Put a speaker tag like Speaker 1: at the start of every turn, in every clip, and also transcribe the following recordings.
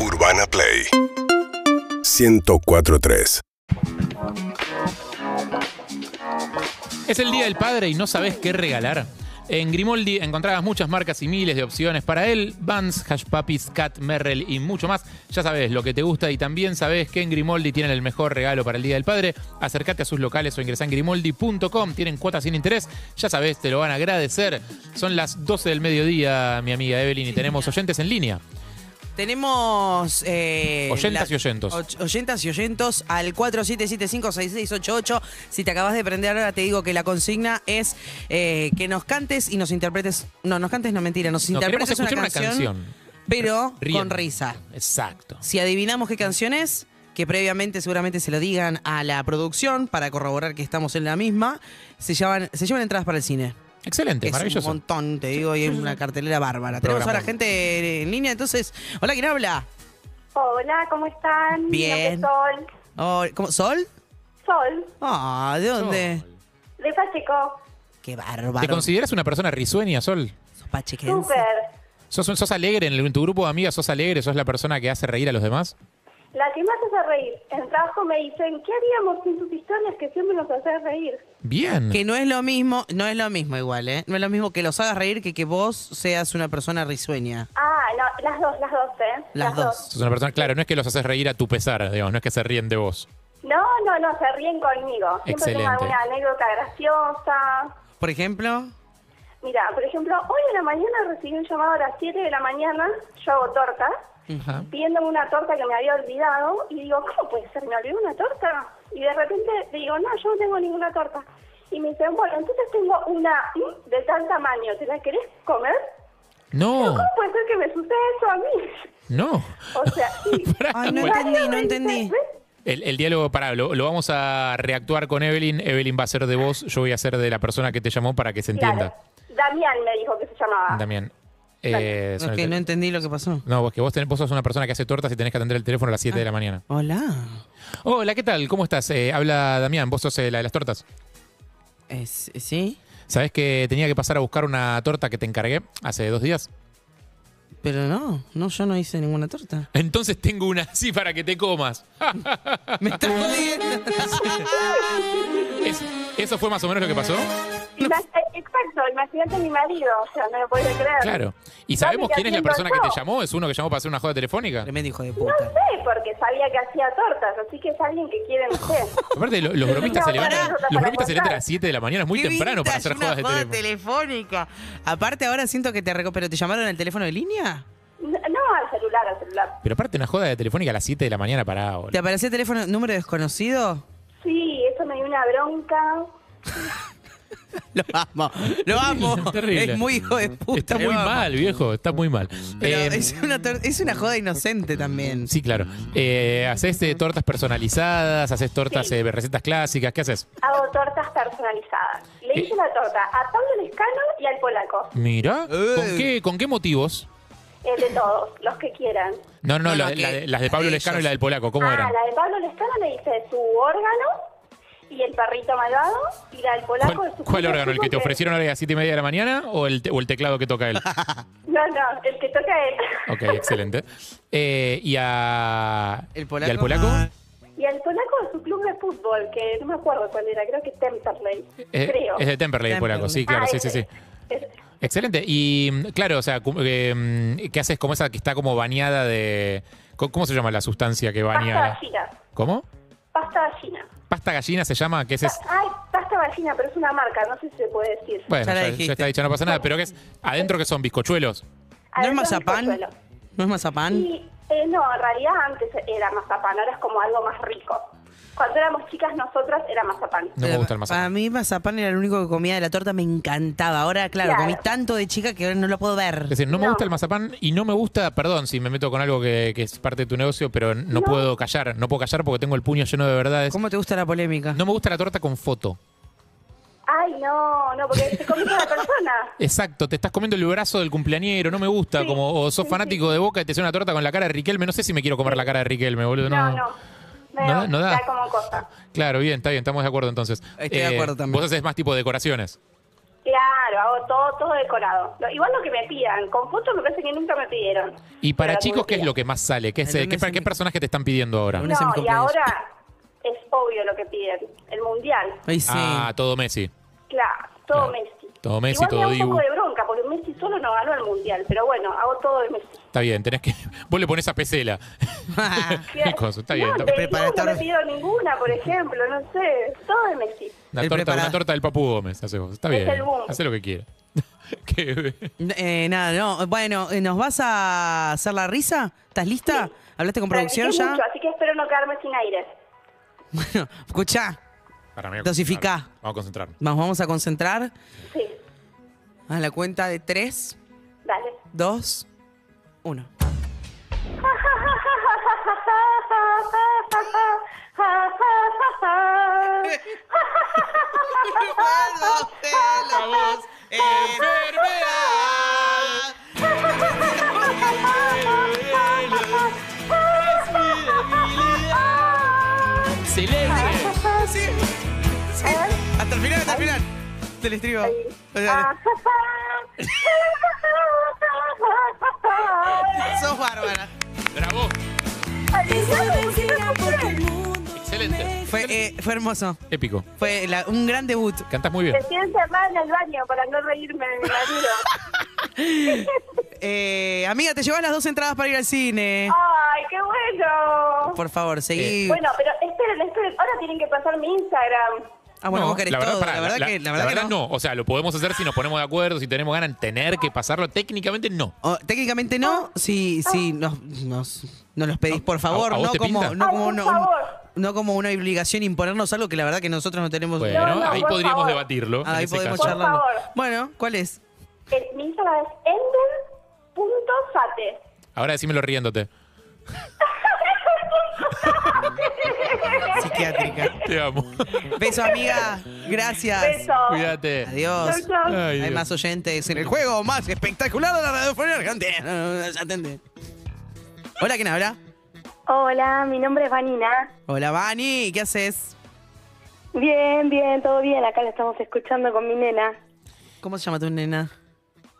Speaker 1: Urbana Play 1043.
Speaker 2: Es el Día del Padre y no sabes qué regalar. En Grimoldi encontrabas muchas marcas y miles de opciones para él, Vans, Hash Puppies, Cat, Merrell y mucho más. Ya sabes lo que te gusta y también sabes que en Grimoldi tienen el mejor regalo para el Día del Padre. Acércate a sus locales o ingresá en grimoldi.com, tienen cuotas sin interés, ya sabes, te lo van a agradecer. Son las 12 del mediodía, mi amiga Evelyn, y tenemos oyentes en línea.
Speaker 3: Tenemos. Eh,
Speaker 2: Oyentas y oyentos.
Speaker 3: och- Oyentas y oyentos al 47756688. Si te acabas de prender ahora, te digo que la consigna es eh, que nos cantes y nos interpretes. No, nos cantes, no mentira, nos
Speaker 2: No, queremos
Speaker 3: interpretes
Speaker 2: escuchar
Speaker 3: una, canción, Pero con
Speaker 2: riendo.
Speaker 3: risa.
Speaker 2: Exacto.
Speaker 3: Si adivinamos qué canción es, que previamente seguramente se lo digan a la producción para corroborar que estamos en la misma, se llevan, se llevan entradas para el cine.
Speaker 2: Excelente,
Speaker 3: es un
Speaker 2: maravilloso.
Speaker 3: montón, te digo, y hay una cartelera bárbara. Tenemos
Speaker 2: Programa.
Speaker 3: ahora gente en línea, entonces. Hola, ¿quién habla?
Speaker 4: Hola, ¿cómo están? Mi
Speaker 3: Bien.
Speaker 4: nombre es
Speaker 3: Oh, ¿cómo? ¿Sol?
Speaker 4: Sol. Sol,
Speaker 3: Ah, ¿de dónde?
Speaker 4: de Pacheco.
Speaker 3: Qué
Speaker 2: ¿Te
Speaker 3: bárbaro.
Speaker 2: consideras una persona risueña, Sol?
Speaker 3: Sos pachequense.
Speaker 4: Súper.
Speaker 2: ¿Sos, sos alegre en, el- en tu grupo de amigas? ¿Sos alegre? ¿Sos la persona que hace reír a los demás?
Speaker 4: La que más hace reír. En el trabajo me dicen, ¿qué haríamos sin tus historias que siempre nos haces reír?
Speaker 2: Bien.
Speaker 3: Que no es lo mismo, no es lo mismo igual, ¿eh? No es lo mismo que los hagas reír que que vos seas una persona risueña.
Speaker 4: Ah, no, las dos, las dos, ¿eh?
Speaker 3: Las dos.
Speaker 2: Sos una persona, claro, no es que los haces reír a tu pesar, digamos, no es que se ríen de vos.
Speaker 4: No, no, no, se ríen conmigo. Siempre tengo
Speaker 2: Excelente.
Speaker 4: alguna anécdota graciosa.
Speaker 3: Por ejemplo,
Speaker 4: Mira, por ejemplo, hoy en la mañana recibí un llamado a las 7 de la mañana. Yo hago tortas.
Speaker 2: Ajá.
Speaker 4: pidiéndome una torta que me había olvidado y digo, ¿cómo puede ser? ¿Me olvidé una torta? Y de repente digo, no, yo no tengo ninguna torta. Y me dicen, bueno, entonces tengo una mm, de tal tamaño, ¿te la querés comer?
Speaker 3: Oh.
Speaker 2: No,
Speaker 4: ¿Cómo puede ser que me suceda eso a mí?
Speaker 2: no.
Speaker 4: O sea, sí.
Speaker 3: Ay, no
Speaker 4: Varias
Speaker 3: entendí, no
Speaker 4: veces,
Speaker 3: entendí.
Speaker 4: ¿ves?
Speaker 2: El, el diálogo, pará, lo, lo vamos a reactuar con Evelyn. Evelyn va a ser de vos, yo voy a ser de la persona que te llamó para que se
Speaker 4: Claro.
Speaker 2: entienda.
Speaker 4: Damián me dijo que se llamaba.
Speaker 2: También.
Speaker 3: Ah.
Speaker 2: Eh,
Speaker 3: no,
Speaker 2: son
Speaker 3: es
Speaker 2: el
Speaker 3: que
Speaker 2: te-
Speaker 3: no entendí lo que pasó.
Speaker 2: no, vos que vos, tenés, vos sos una persona que hace tortas y tenés que atender el teléfono a las 7
Speaker 3: Ah.
Speaker 2: de la mañana.
Speaker 3: Hola.
Speaker 2: Hola, ¿qué tal? ¿Cómo estás? Eh, habla Damián, vos sos eh, la de las tortas.
Speaker 3: Es- ¿Sí?
Speaker 2: ¿Sabés que tenía que pasar a buscar una torta que te encargué hace dos días?
Speaker 3: Pero no, no, yo no hice ninguna torta.
Speaker 2: Entonces tengo una así para que te comas.
Speaker 3: Me estás jodiendo.
Speaker 2: Es- ¿Eso fue más o menos lo que pasó?
Speaker 4: Ima- eh, Exacto, imagínate a mi marido, o sea, no lo podés creer.
Speaker 2: Claro. ¿Y
Speaker 4: Dame
Speaker 2: sabemos
Speaker 4: que
Speaker 2: quién es la
Speaker 4: atiendo
Speaker 2: persona que
Speaker 4: yo.
Speaker 2: te llamó? ¿Es uno que llamó para hacer una joda telefónica?
Speaker 3: Tremendo hijo de
Speaker 4: No
Speaker 3: puta.
Speaker 4: sé, porque sabía que hacía tortas, así que es alguien que quiere, no sé.
Speaker 2: Aparte, lo- los bromistas se
Speaker 4: No, pará.
Speaker 2: levantan, los bromistas se levantan a las 7 de la mañana, es muy
Speaker 3: Qué
Speaker 2: temprano para
Speaker 3: vintage,
Speaker 2: hacer jodas de
Speaker 3: una joda
Speaker 2: teléfono.
Speaker 3: telefónica. Aparte ahora siento que te reco... ¿Pero te llamaron al teléfono de línea?
Speaker 4: No, no, al celular, al celular.
Speaker 2: Pero aparte, una joda de telefónica a las 7 de la mañana para
Speaker 3: ¿Te apareció teléfono número desconocido?
Speaker 4: Sí, eso me dio una bronca.
Speaker 3: Lo amo, lo amo.
Speaker 2: terrible.
Speaker 3: Es muy hijo de puta.
Speaker 2: Está
Speaker 3: lo
Speaker 2: muy
Speaker 3: amo.
Speaker 2: mal, viejo, está muy mal.
Speaker 3: Pero
Speaker 2: Eh,
Speaker 3: es, una tor- es una joda inocente también.
Speaker 2: Sí, claro. Eh, haces eh, tortas personalizadas, haces tortas
Speaker 4: Sí.
Speaker 2: de recetas clásicas, ¿qué haces?
Speaker 4: Hago tortas personalizadas. Le
Speaker 2: Eh.
Speaker 4: hice la torta a Pablo Lescano y al polaco.
Speaker 2: Mira,
Speaker 3: Eh.
Speaker 2: ¿con qué, ¿con qué motivos?
Speaker 4: El de todos, los que quieran.
Speaker 2: No, no,
Speaker 3: No,
Speaker 2: la-
Speaker 3: no, que-
Speaker 2: la de- las de Pablo
Speaker 3: ellos.
Speaker 2: Lescano y la del Polaco, ¿cómo
Speaker 4: ah,
Speaker 2: eran?
Speaker 4: la de Pablo Lescano le hice su órgano y el perrito malvado. Y la del polaco
Speaker 2: ¿Cuál,
Speaker 4: es su
Speaker 2: cuál órgano? ¿El que te
Speaker 4: porque-
Speaker 2: ofrecieron ahora a las 7 y media de la mañana o el, te- o el teclado que toca él?
Speaker 4: No, no, el que toca él.
Speaker 2: Ok, excelente. Eh, y a.
Speaker 3: ¿El polaco? Ah,
Speaker 2: ¿Y al polaco?
Speaker 4: Y el polaco es su club de fútbol, que no me acuerdo cuál era, creo que es Temperley.
Speaker 2: Eh,
Speaker 4: creo.
Speaker 2: es de Temperley el polaco, sí, claro,
Speaker 4: Ah,
Speaker 2: sí, sí,
Speaker 4: ese.
Speaker 2: sí.
Speaker 4: Ese.
Speaker 2: Excelente. Y mm, claro, o sea, cu- eh, mm, ¿qué haces como esa que está como bañada de. co- ¿Cómo se llama la sustancia que
Speaker 4: Pasta
Speaker 2: baña? la-
Speaker 4: gallina.
Speaker 2: ¿Cómo?
Speaker 4: Pasta gallina.
Speaker 2: ¿Pasta gallina se llama? ¿Qué es? es-
Speaker 4: Ay, pasta vagina, pero es una marca, no sé si se puede decir.
Speaker 2: Bueno,
Speaker 3: Ya la
Speaker 2: ya, ya
Speaker 3: dijiste.
Speaker 2: está dicho, no pasa nada. Pero que es adentro que son bizcochuelos.
Speaker 3: ¿No es
Speaker 4: Adentro
Speaker 3: mazapán?
Speaker 4: del cochuelo.
Speaker 3: ¿No es mazapán?
Speaker 4: Y, eh, no, en realidad antes era mazapán, ahora es como algo más rico. Cuando éramos chicas nosotras era mazapán.
Speaker 2: No me gusta el mazapán.
Speaker 3: A mí mazapán era el único que comía de la torta, me encantaba. Ahora, claro,
Speaker 4: Claro.
Speaker 3: comí tanto de chica que ahora no lo
Speaker 2: Es
Speaker 3: puedo ver.
Speaker 2: decir, no me
Speaker 4: No.
Speaker 2: gusta el mazapán y no me gusta, perdón si me meto con algo que, que es parte de tu negocio, pero no, puedo callar, no puedo callar porque tengo el puño lleno de verdades.
Speaker 3: ¿Cómo te gusta la polémica?
Speaker 2: No me gusta la torta con foto.
Speaker 4: Ay, no, no, porque te comiste a la persona.
Speaker 2: Exacto, te estás comiendo el brazo del cumpleañero, no me gusta,
Speaker 4: Sí,
Speaker 2: como o sos
Speaker 4: sí,
Speaker 2: fanático de Boca y te hace una torta con la cara de Riquelme, no sé si me quiero comer la cara de Riquelme, boludo. No,
Speaker 4: No, no.
Speaker 2: No da- no da.
Speaker 4: da como cosa.
Speaker 2: Claro, bien, está bien, estamos de acuerdo entonces. Eh,
Speaker 3: Estoy de acuerdo también.
Speaker 2: Vos haces más tipo de decoraciones.
Speaker 4: Claro, hago todo, todo decorado. Lo- Igual lo que me pidan, con fotos me parece que nunca me pidieron.
Speaker 2: Y para
Speaker 4: Pero
Speaker 2: chicos, ¿qué es
Speaker 4: algún
Speaker 2: lo que más sale? ¿Qué, es,
Speaker 3: El
Speaker 2: eh, qué,
Speaker 3: lunes
Speaker 2: per-
Speaker 3: en
Speaker 2: qué
Speaker 3: mi-
Speaker 2: personaje te están pidiendo ahora?
Speaker 3: Lunes- es mi
Speaker 4: día. No, y
Speaker 3: cumpleaños.
Speaker 4: ahora es obvio lo que piden, el mundial.
Speaker 3: Ay, sí.
Speaker 2: Ah, todo Messi.
Speaker 4: Claro, todo
Speaker 2: Claro.
Speaker 4: Messi.
Speaker 2: Todo Messi,
Speaker 4: Igual me da
Speaker 2: todo
Speaker 4: un
Speaker 2: Dibu.
Speaker 4: poco de bronca, porque Messi solo no ganó el mundial, pero bueno, hago todo de Messi.
Speaker 2: Está bien, tenés que. Vos le pones a Pesela. Qué cosa, está bien,
Speaker 4: no,
Speaker 2: está
Speaker 4: de
Speaker 2: bien.
Speaker 4: Dibu
Speaker 3: Prepara
Speaker 4: no me
Speaker 3: esta-
Speaker 4: pido ninguna, por ejemplo, no sé, todo de Messi.
Speaker 2: Una
Speaker 3: El
Speaker 2: torta,
Speaker 3: preparado.
Speaker 2: una torta del Papu Gómez, hace vos. Está
Speaker 4: Es
Speaker 2: bien.
Speaker 4: el boom.
Speaker 2: Hace lo que quieras. Qué-
Speaker 3: Eh, nada, no. Bueno, eh, ¿nos vas a hacer la risa? ¿Estás lista? ¿Hablaste con producción
Speaker 4: Practiqué
Speaker 3: ya?
Speaker 4: mucho, así que espero no quedarme sin aire.
Speaker 3: Bueno, escuchá.
Speaker 2: Para mí, voy a
Speaker 3: Dosificá.
Speaker 2: concentrar. Vamos a concentrarnos.
Speaker 3: Nos vamos a concentrar
Speaker 4: Sí,
Speaker 3: a la cuenta de 3,
Speaker 4: dale.
Speaker 3: 2, 1.
Speaker 2: ¡Excelente!
Speaker 3: Hasta el final, hasta el final. Del estribo.
Speaker 4: Ah.
Speaker 3: Dale. Sos bárbara.
Speaker 2: ¡Bravo!
Speaker 1: Excelente.
Speaker 3: Fue, eh, fue hermoso.
Speaker 2: Épico.
Speaker 3: Fue la- un gran debut.
Speaker 2: Cantás muy bien.
Speaker 4: Recién cerrada en el baño para no reírme de mi marido.
Speaker 3: Eh, amiga, te llevas las dos entradas para ir al cine.
Speaker 4: ¡Ay, qué bueno!
Speaker 3: Por favor, seguí.
Speaker 4: Bueno, pero esperen, esperen. Ahora tienen que pasar mi Instagram.
Speaker 3: ah, bueno,
Speaker 2: No,
Speaker 3: vos querés
Speaker 2: la verdad,
Speaker 3: todo.
Speaker 2: pará,
Speaker 3: la verdad que, la verdad que no.
Speaker 2: no. O sea, lo podemos hacer si nos ponemos de acuerdo, si tenemos ganas de tener que pasarlo. Técnicamente no.
Speaker 3: O, técnicamente
Speaker 4: Ah.
Speaker 3: no, si, si nos, nos, nos los pedís, por favor,
Speaker 2: ¿A- a vos
Speaker 3: no
Speaker 2: te
Speaker 3: como,
Speaker 2: pinta?
Speaker 3: no,
Speaker 4: Ay,
Speaker 3: como
Speaker 4: por
Speaker 3: no,
Speaker 4: favor.
Speaker 3: no como una obligación imponernos algo que la verdad que nosotros no tenemos.
Speaker 2: Bueno,
Speaker 4: No, no,
Speaker 2: ahí
Speaker 4: por
Speaker 2: podríamos
Speaker 4: favor.
Speaker 2: debatirlo. en
Speaker 3: ahí
Speaker 2: ese
Speaker 3: podemos
Speaker 2: caso.
Speaker 4: charlar.
Speaker 3: charlarlo.
Speaker 4: Por favor.
Speaker 3: Bueno, ¿cuál es?
Speaker 4: El- Eh, mi Instagram es ender.sate.
Speaker 2: Ahora decímelo riéndote.
Speaker 3: Psiquiátrica.
Speaker 2: Te amo.
Speaker 3: Beso, amiga. Gracias.
Speaker 4: Beso.
Speaker 2: Ah, Cuídate.
Speaker 3: Adiós.
Speaker 4: Chau, chau.
Speaker 2: Ay,
Speaker 3: Hay
Speaker 2: Dios.
Speaker 3: más oyentes en el juego más espectacular de la radiofonía argentina. Se atende. Hola, ¿quién habla?
Speaker 4: Hola, mi nombre es Vanina.
Speaker 3: Hola, Vani. ¿Qué haces?
Speaker 4: Bien, bien, todo bien. Acá la estamos escuchando con mi nena.
Speaker 3: ¿Cómo se llama tu nena?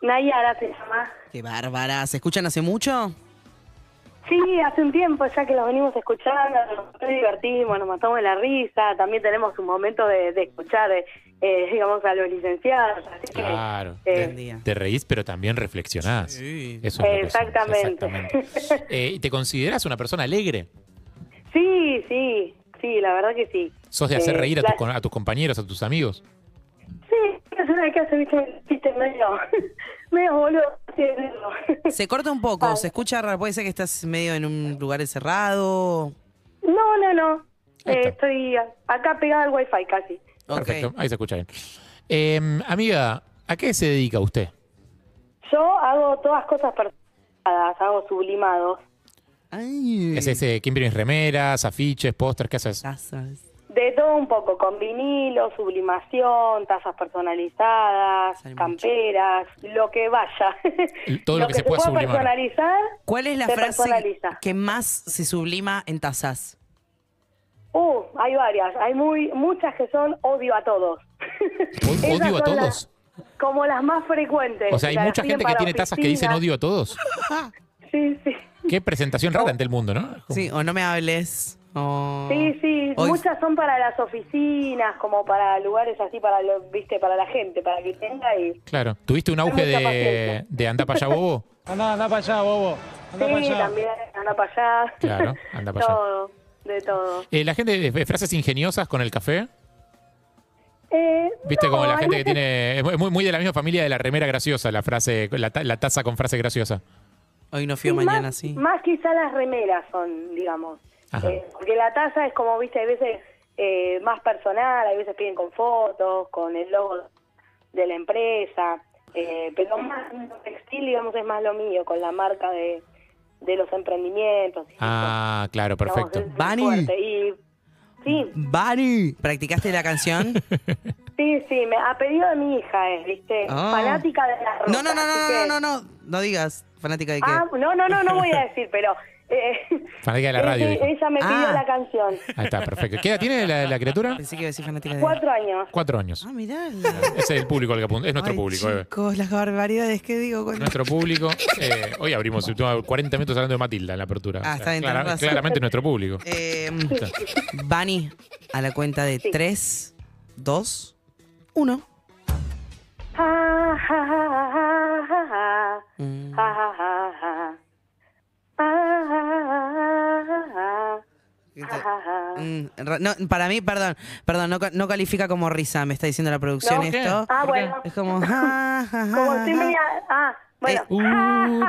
Speaker 4: Nayara se llama.
Speaker 3: Qué bárbara. ¿Se escuchan hace mucho?
Speaker 4: Sí, hace un tiempo ya que los venimos escuchando, nos divertimos, nos matamos de la risa, también tenemos un momento de, de escuchar, eh, eh, digamos, a los licenciados. así que,
Speaker 2: Claro.
Speaker 4: eh,
Speaker 3: Entendía.
Speaker 2: Te reís, pero también reflexionás.
Speaker 3: Sí.
Speaker 2: Eso es lo que somos,
Speaker 4: Exactamente.
Speaker 2: exactamente. Eh, ¿Y te consideras una persona alegre?
Speaker 4: sí, sí, sí, la verdad que sí.
Speaker 2: ¿Sos de hacer
Speaker 4: Eh,
Speaker 2: reír a
Speaker 4: la-
Speaker 2: tus, con- a tus compañeros, a tus amigos?
Speaker 4: Sí, es una que hace, viste, chiste medio, medio boludo. así decirlo.
Speaker 3: Se corta un poco, se escucha raro. Puede ser que estás medio en un lugar encerrado.
Speaker 4: No, no, no.
Speaker 2: Ahí
Speaker 4: Eh,
Speaker 2: está.
Speaker 4: estoy a- acá pegada al wifi casi.
Speaker 3: Ok.
Speaker 2: Perfecto, ahí se escucha bien. Eh, amiga, ¿a qué se dedica usted?
Speaker 4: Yo hago todas cosas personalizadas, hago sublimados.
Speaker 3: Ay.
Speaker 2: ¿Es ese, ¿Quién viene remeras, afiches, pósters? ¿Qué haces?
Speaker 3: Tazas.
Speaker 4: De todo un poco, con vinilo, sublimación, tazas personalizadas,
Speaker 3: Sale mucho.
Speaker 4: camperas, lo que vaya.
Speaker 2: Todo lo que se pueda sublimar.
Speaker 4: personalizar.
Speaker 3: ¿Cuál es la
Speaker 4: se
Speaker 3: frase
Speaker 4: personaliza.
Speaker 3: que más se sublima en tazas?
Speaker 4: Uh, hay varias, hay muy muchas que son odio a todos.
Speaker 2: ¿Odio
Speaker 4: Esas
Speaker 2: a
Speaker 4: son
Speaker 2: todos?
Speaker 4: las- como las más frecuentes.
Speaker 2: O sea, hay
Speaker 4: Las
Speaker 2: mucha
Speaker 4: piden
Speaker 2: gente que
Speaker 4: para
Speaker 2: tiene tazas que dicen
Speaker 4: oficinas.
Speaker 2: odio a todos.
Speaker 4: Sí, sí.
Speaker 2: Qué presentación rara ante el mundo, ¿no? Como-
Speaker 3: Sí, o no me hables. o-
Speaker 2: Ah.
Speaker 4: Sí, sí,
Speaker 3: Hoy-
Speaker 4: muchas son para las oficinas, como para lugares así, para lo, viste, para la gente, para que tenga y...
Speaker 2: Claro. ¿Tuviste un auge
Speaker 4: mucha
Speaker 2: de,
Speaker 4: paciencia.
Speaker 2: de anda para allá, bobo?
Speaker 5: Andá, andá para allá, bobo. Andá para
Speaker 4: Sí,
Speaker 5: allá.
Speaker 4: también, anda para allá.
Speaker 2: Claro, anda para allá.
Speaker 4: Todo, de todo.
Speaker 2: Eh, la gente, eh, frases ingeniosas con el café.
Speaker 4: Eh,
Speaker 2: Viste
Speaker 4: no,
Speaker 2: como la
Speaker 4: hay
Speaker 2: gente que
Speaker 4: muchas-
Speaker 2: tiene. Es muy, muy de la misma familia de la remera graciosa, la frase, la, ta- la taza con frase graciosa.
Speaker 3: Hoy no
Speaker 4: sí,
Speaker 3: fío, mañana
Speaker 4: más,
Speaker 3: sí.
Speaker 4: Más quizá las remeras son, digamos.
Speaker 2: Ajá.
Speaker 4: Eh, porque la taza es como, viste, hay veces eh, más personal, hay veces piden con fotos, con el logo de la empresa. eh, pero más lo textil, digamos, es más lo mío, con la marca de, de los emprendimientos. y
Speaker 2: Ah, claro,
Speaker 4: eso. Digamos,
Speaker 2: perfecto.
Speaker 4: es muy
Speaker 3: Vani.
Speaker 4: fuerte. Y, sí,
Speaker 3: Bari, ¿practicaste la canción?
Speaker 4: Sí, sí, me, a pedido de mi hija es, ¿viste?
Speaker 3: Ah.
Speaker 4: Fanática de la ropa.
Speaker 3: No, no, no, no,
Speaker 4: así
Speaker 3: no,
Speaker 4: que-
Speaker 3: no, no, no. No digas, fanática de qué.
Speaker 4: Ah, no, no, no, no voy a decir, pero Eh,
Speaker 2: Fanática de la radio,
Speaker 4: sí,
Speaker 2: dijo.
Speaker 4: Ella me pidió
Speaker 3: Ah.
Speaker 4: la canción.
Speaker 2: Ahí está, perfecto. ¿Qué edad tiene la, la criatura?
Speaker 3: Pensé que iba a decir fanática de.
Speaker 4: Cuatro años.
Speaker 2: Cuatro años.
Speaker 3: Ah, mirá.
Speaker 2: Ese es el público al que apunta. Es nuestro
Speaker 3: Ay,
Speaker 2: público, eh. bebé.
Speaker 3: Chicos, las barbaridades que digo. cuando-
Speaker 2: Nuestro público. eh, hoy abrimos el tema, 40 minutos hablando de Matilda en la apertura.
Speaker 3: Ah, está bien, tenés razón.
Speaker 2: claramente nuestro público.
Speaker 3: Eh,
Speaker 2: Está.
Speaker 3: Bani, a la cuenta de tres, dos, uno.
Speaker 4: Ah, ja, ja, ja, ja, ja.
Speaker 3: Mm.
Speaker 4: Ja, ja, ja, ja. Ah, ja, ja, ja, ja, ja, ja.
Speaker 3: Mm, ra- no, para mí, perdón, perdón, no, ca- no califica como risa, me está diciendo la producción
Speaker 4: ¿No?
Speaker 3: esto.
Speaker 4: Ah, bueno.
Speaker 3: Es como. ja, ja, ja,
Speaker 4: Como
Speaker 3: ja.
Speaker 4: si me... Ah, bueno.
Speaker 2: Uh,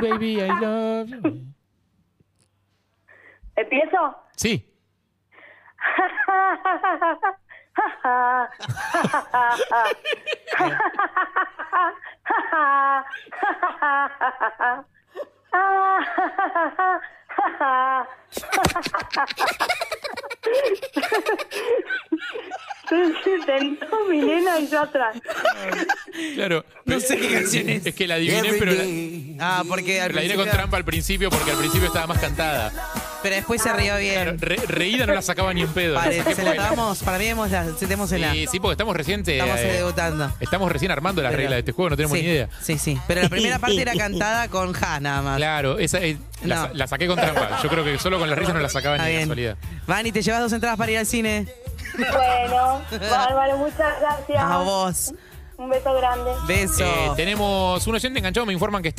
Speaker 2: baby, I love you.
Speaker 4: ¿Empiezo?
Speaker 2: Sí.
Speaker 4: Sentó mi nena y yo atrás.
Speaker 2: Claro.
Speaker 3: No sé qué canción es.
Speaker 2: Es que la adiviné, pero la,
Speaker 3: Ah, porque al
Speaker 2: la adiviné
Speaker 3: principio-
Speaker 2: con trampa al principio porque al principio estaba más cantada.
Speaker 3: Pero después se rió bien.
Speaker 2: Re- reída no la sacaba ni en pedo. No sé
Speaker 3: Pare,
Speaker 2: qué
Speaker 3: se
Speaker 2: fue.
Speaker 3: la damos, para mí démosla, se- démosela.
Speaker 2: Sí, sí, porque estamos recién. eh,
Speaker 3: Estamos debutando.
Speaker 2: estamos recién armando las
Speaker 3: Pero-
Speaker 2: reglas de este juego, no tenemos
Speaker 3: sí, Ah.
Speaker 2: ni idea.
Speaker 3: Sí, sí. Pero la primera parte era cantada con ja nada más.
Speaker 2: Claro, esa es- la,
Speaker 3: No.
Speaker 2: sa- la saqué con trampa. Yo creo que solo con las risas no la sacaba ni
Speaker 3: Está
Speaker 2: de
Speaker 3: bien.
Speaker 2: casualidad.
Speaker 3: Vani, te llevas dos entradas para ir al cine.
Speaker 4: Bueno, bárbaro, muchas gracias.
Speaker 3: A vos.
Speaker 4: Un beso grande.
Speaker 3: Beso.
Speaker 2: Eh, tenemos un oyente enganchado, me informan que está.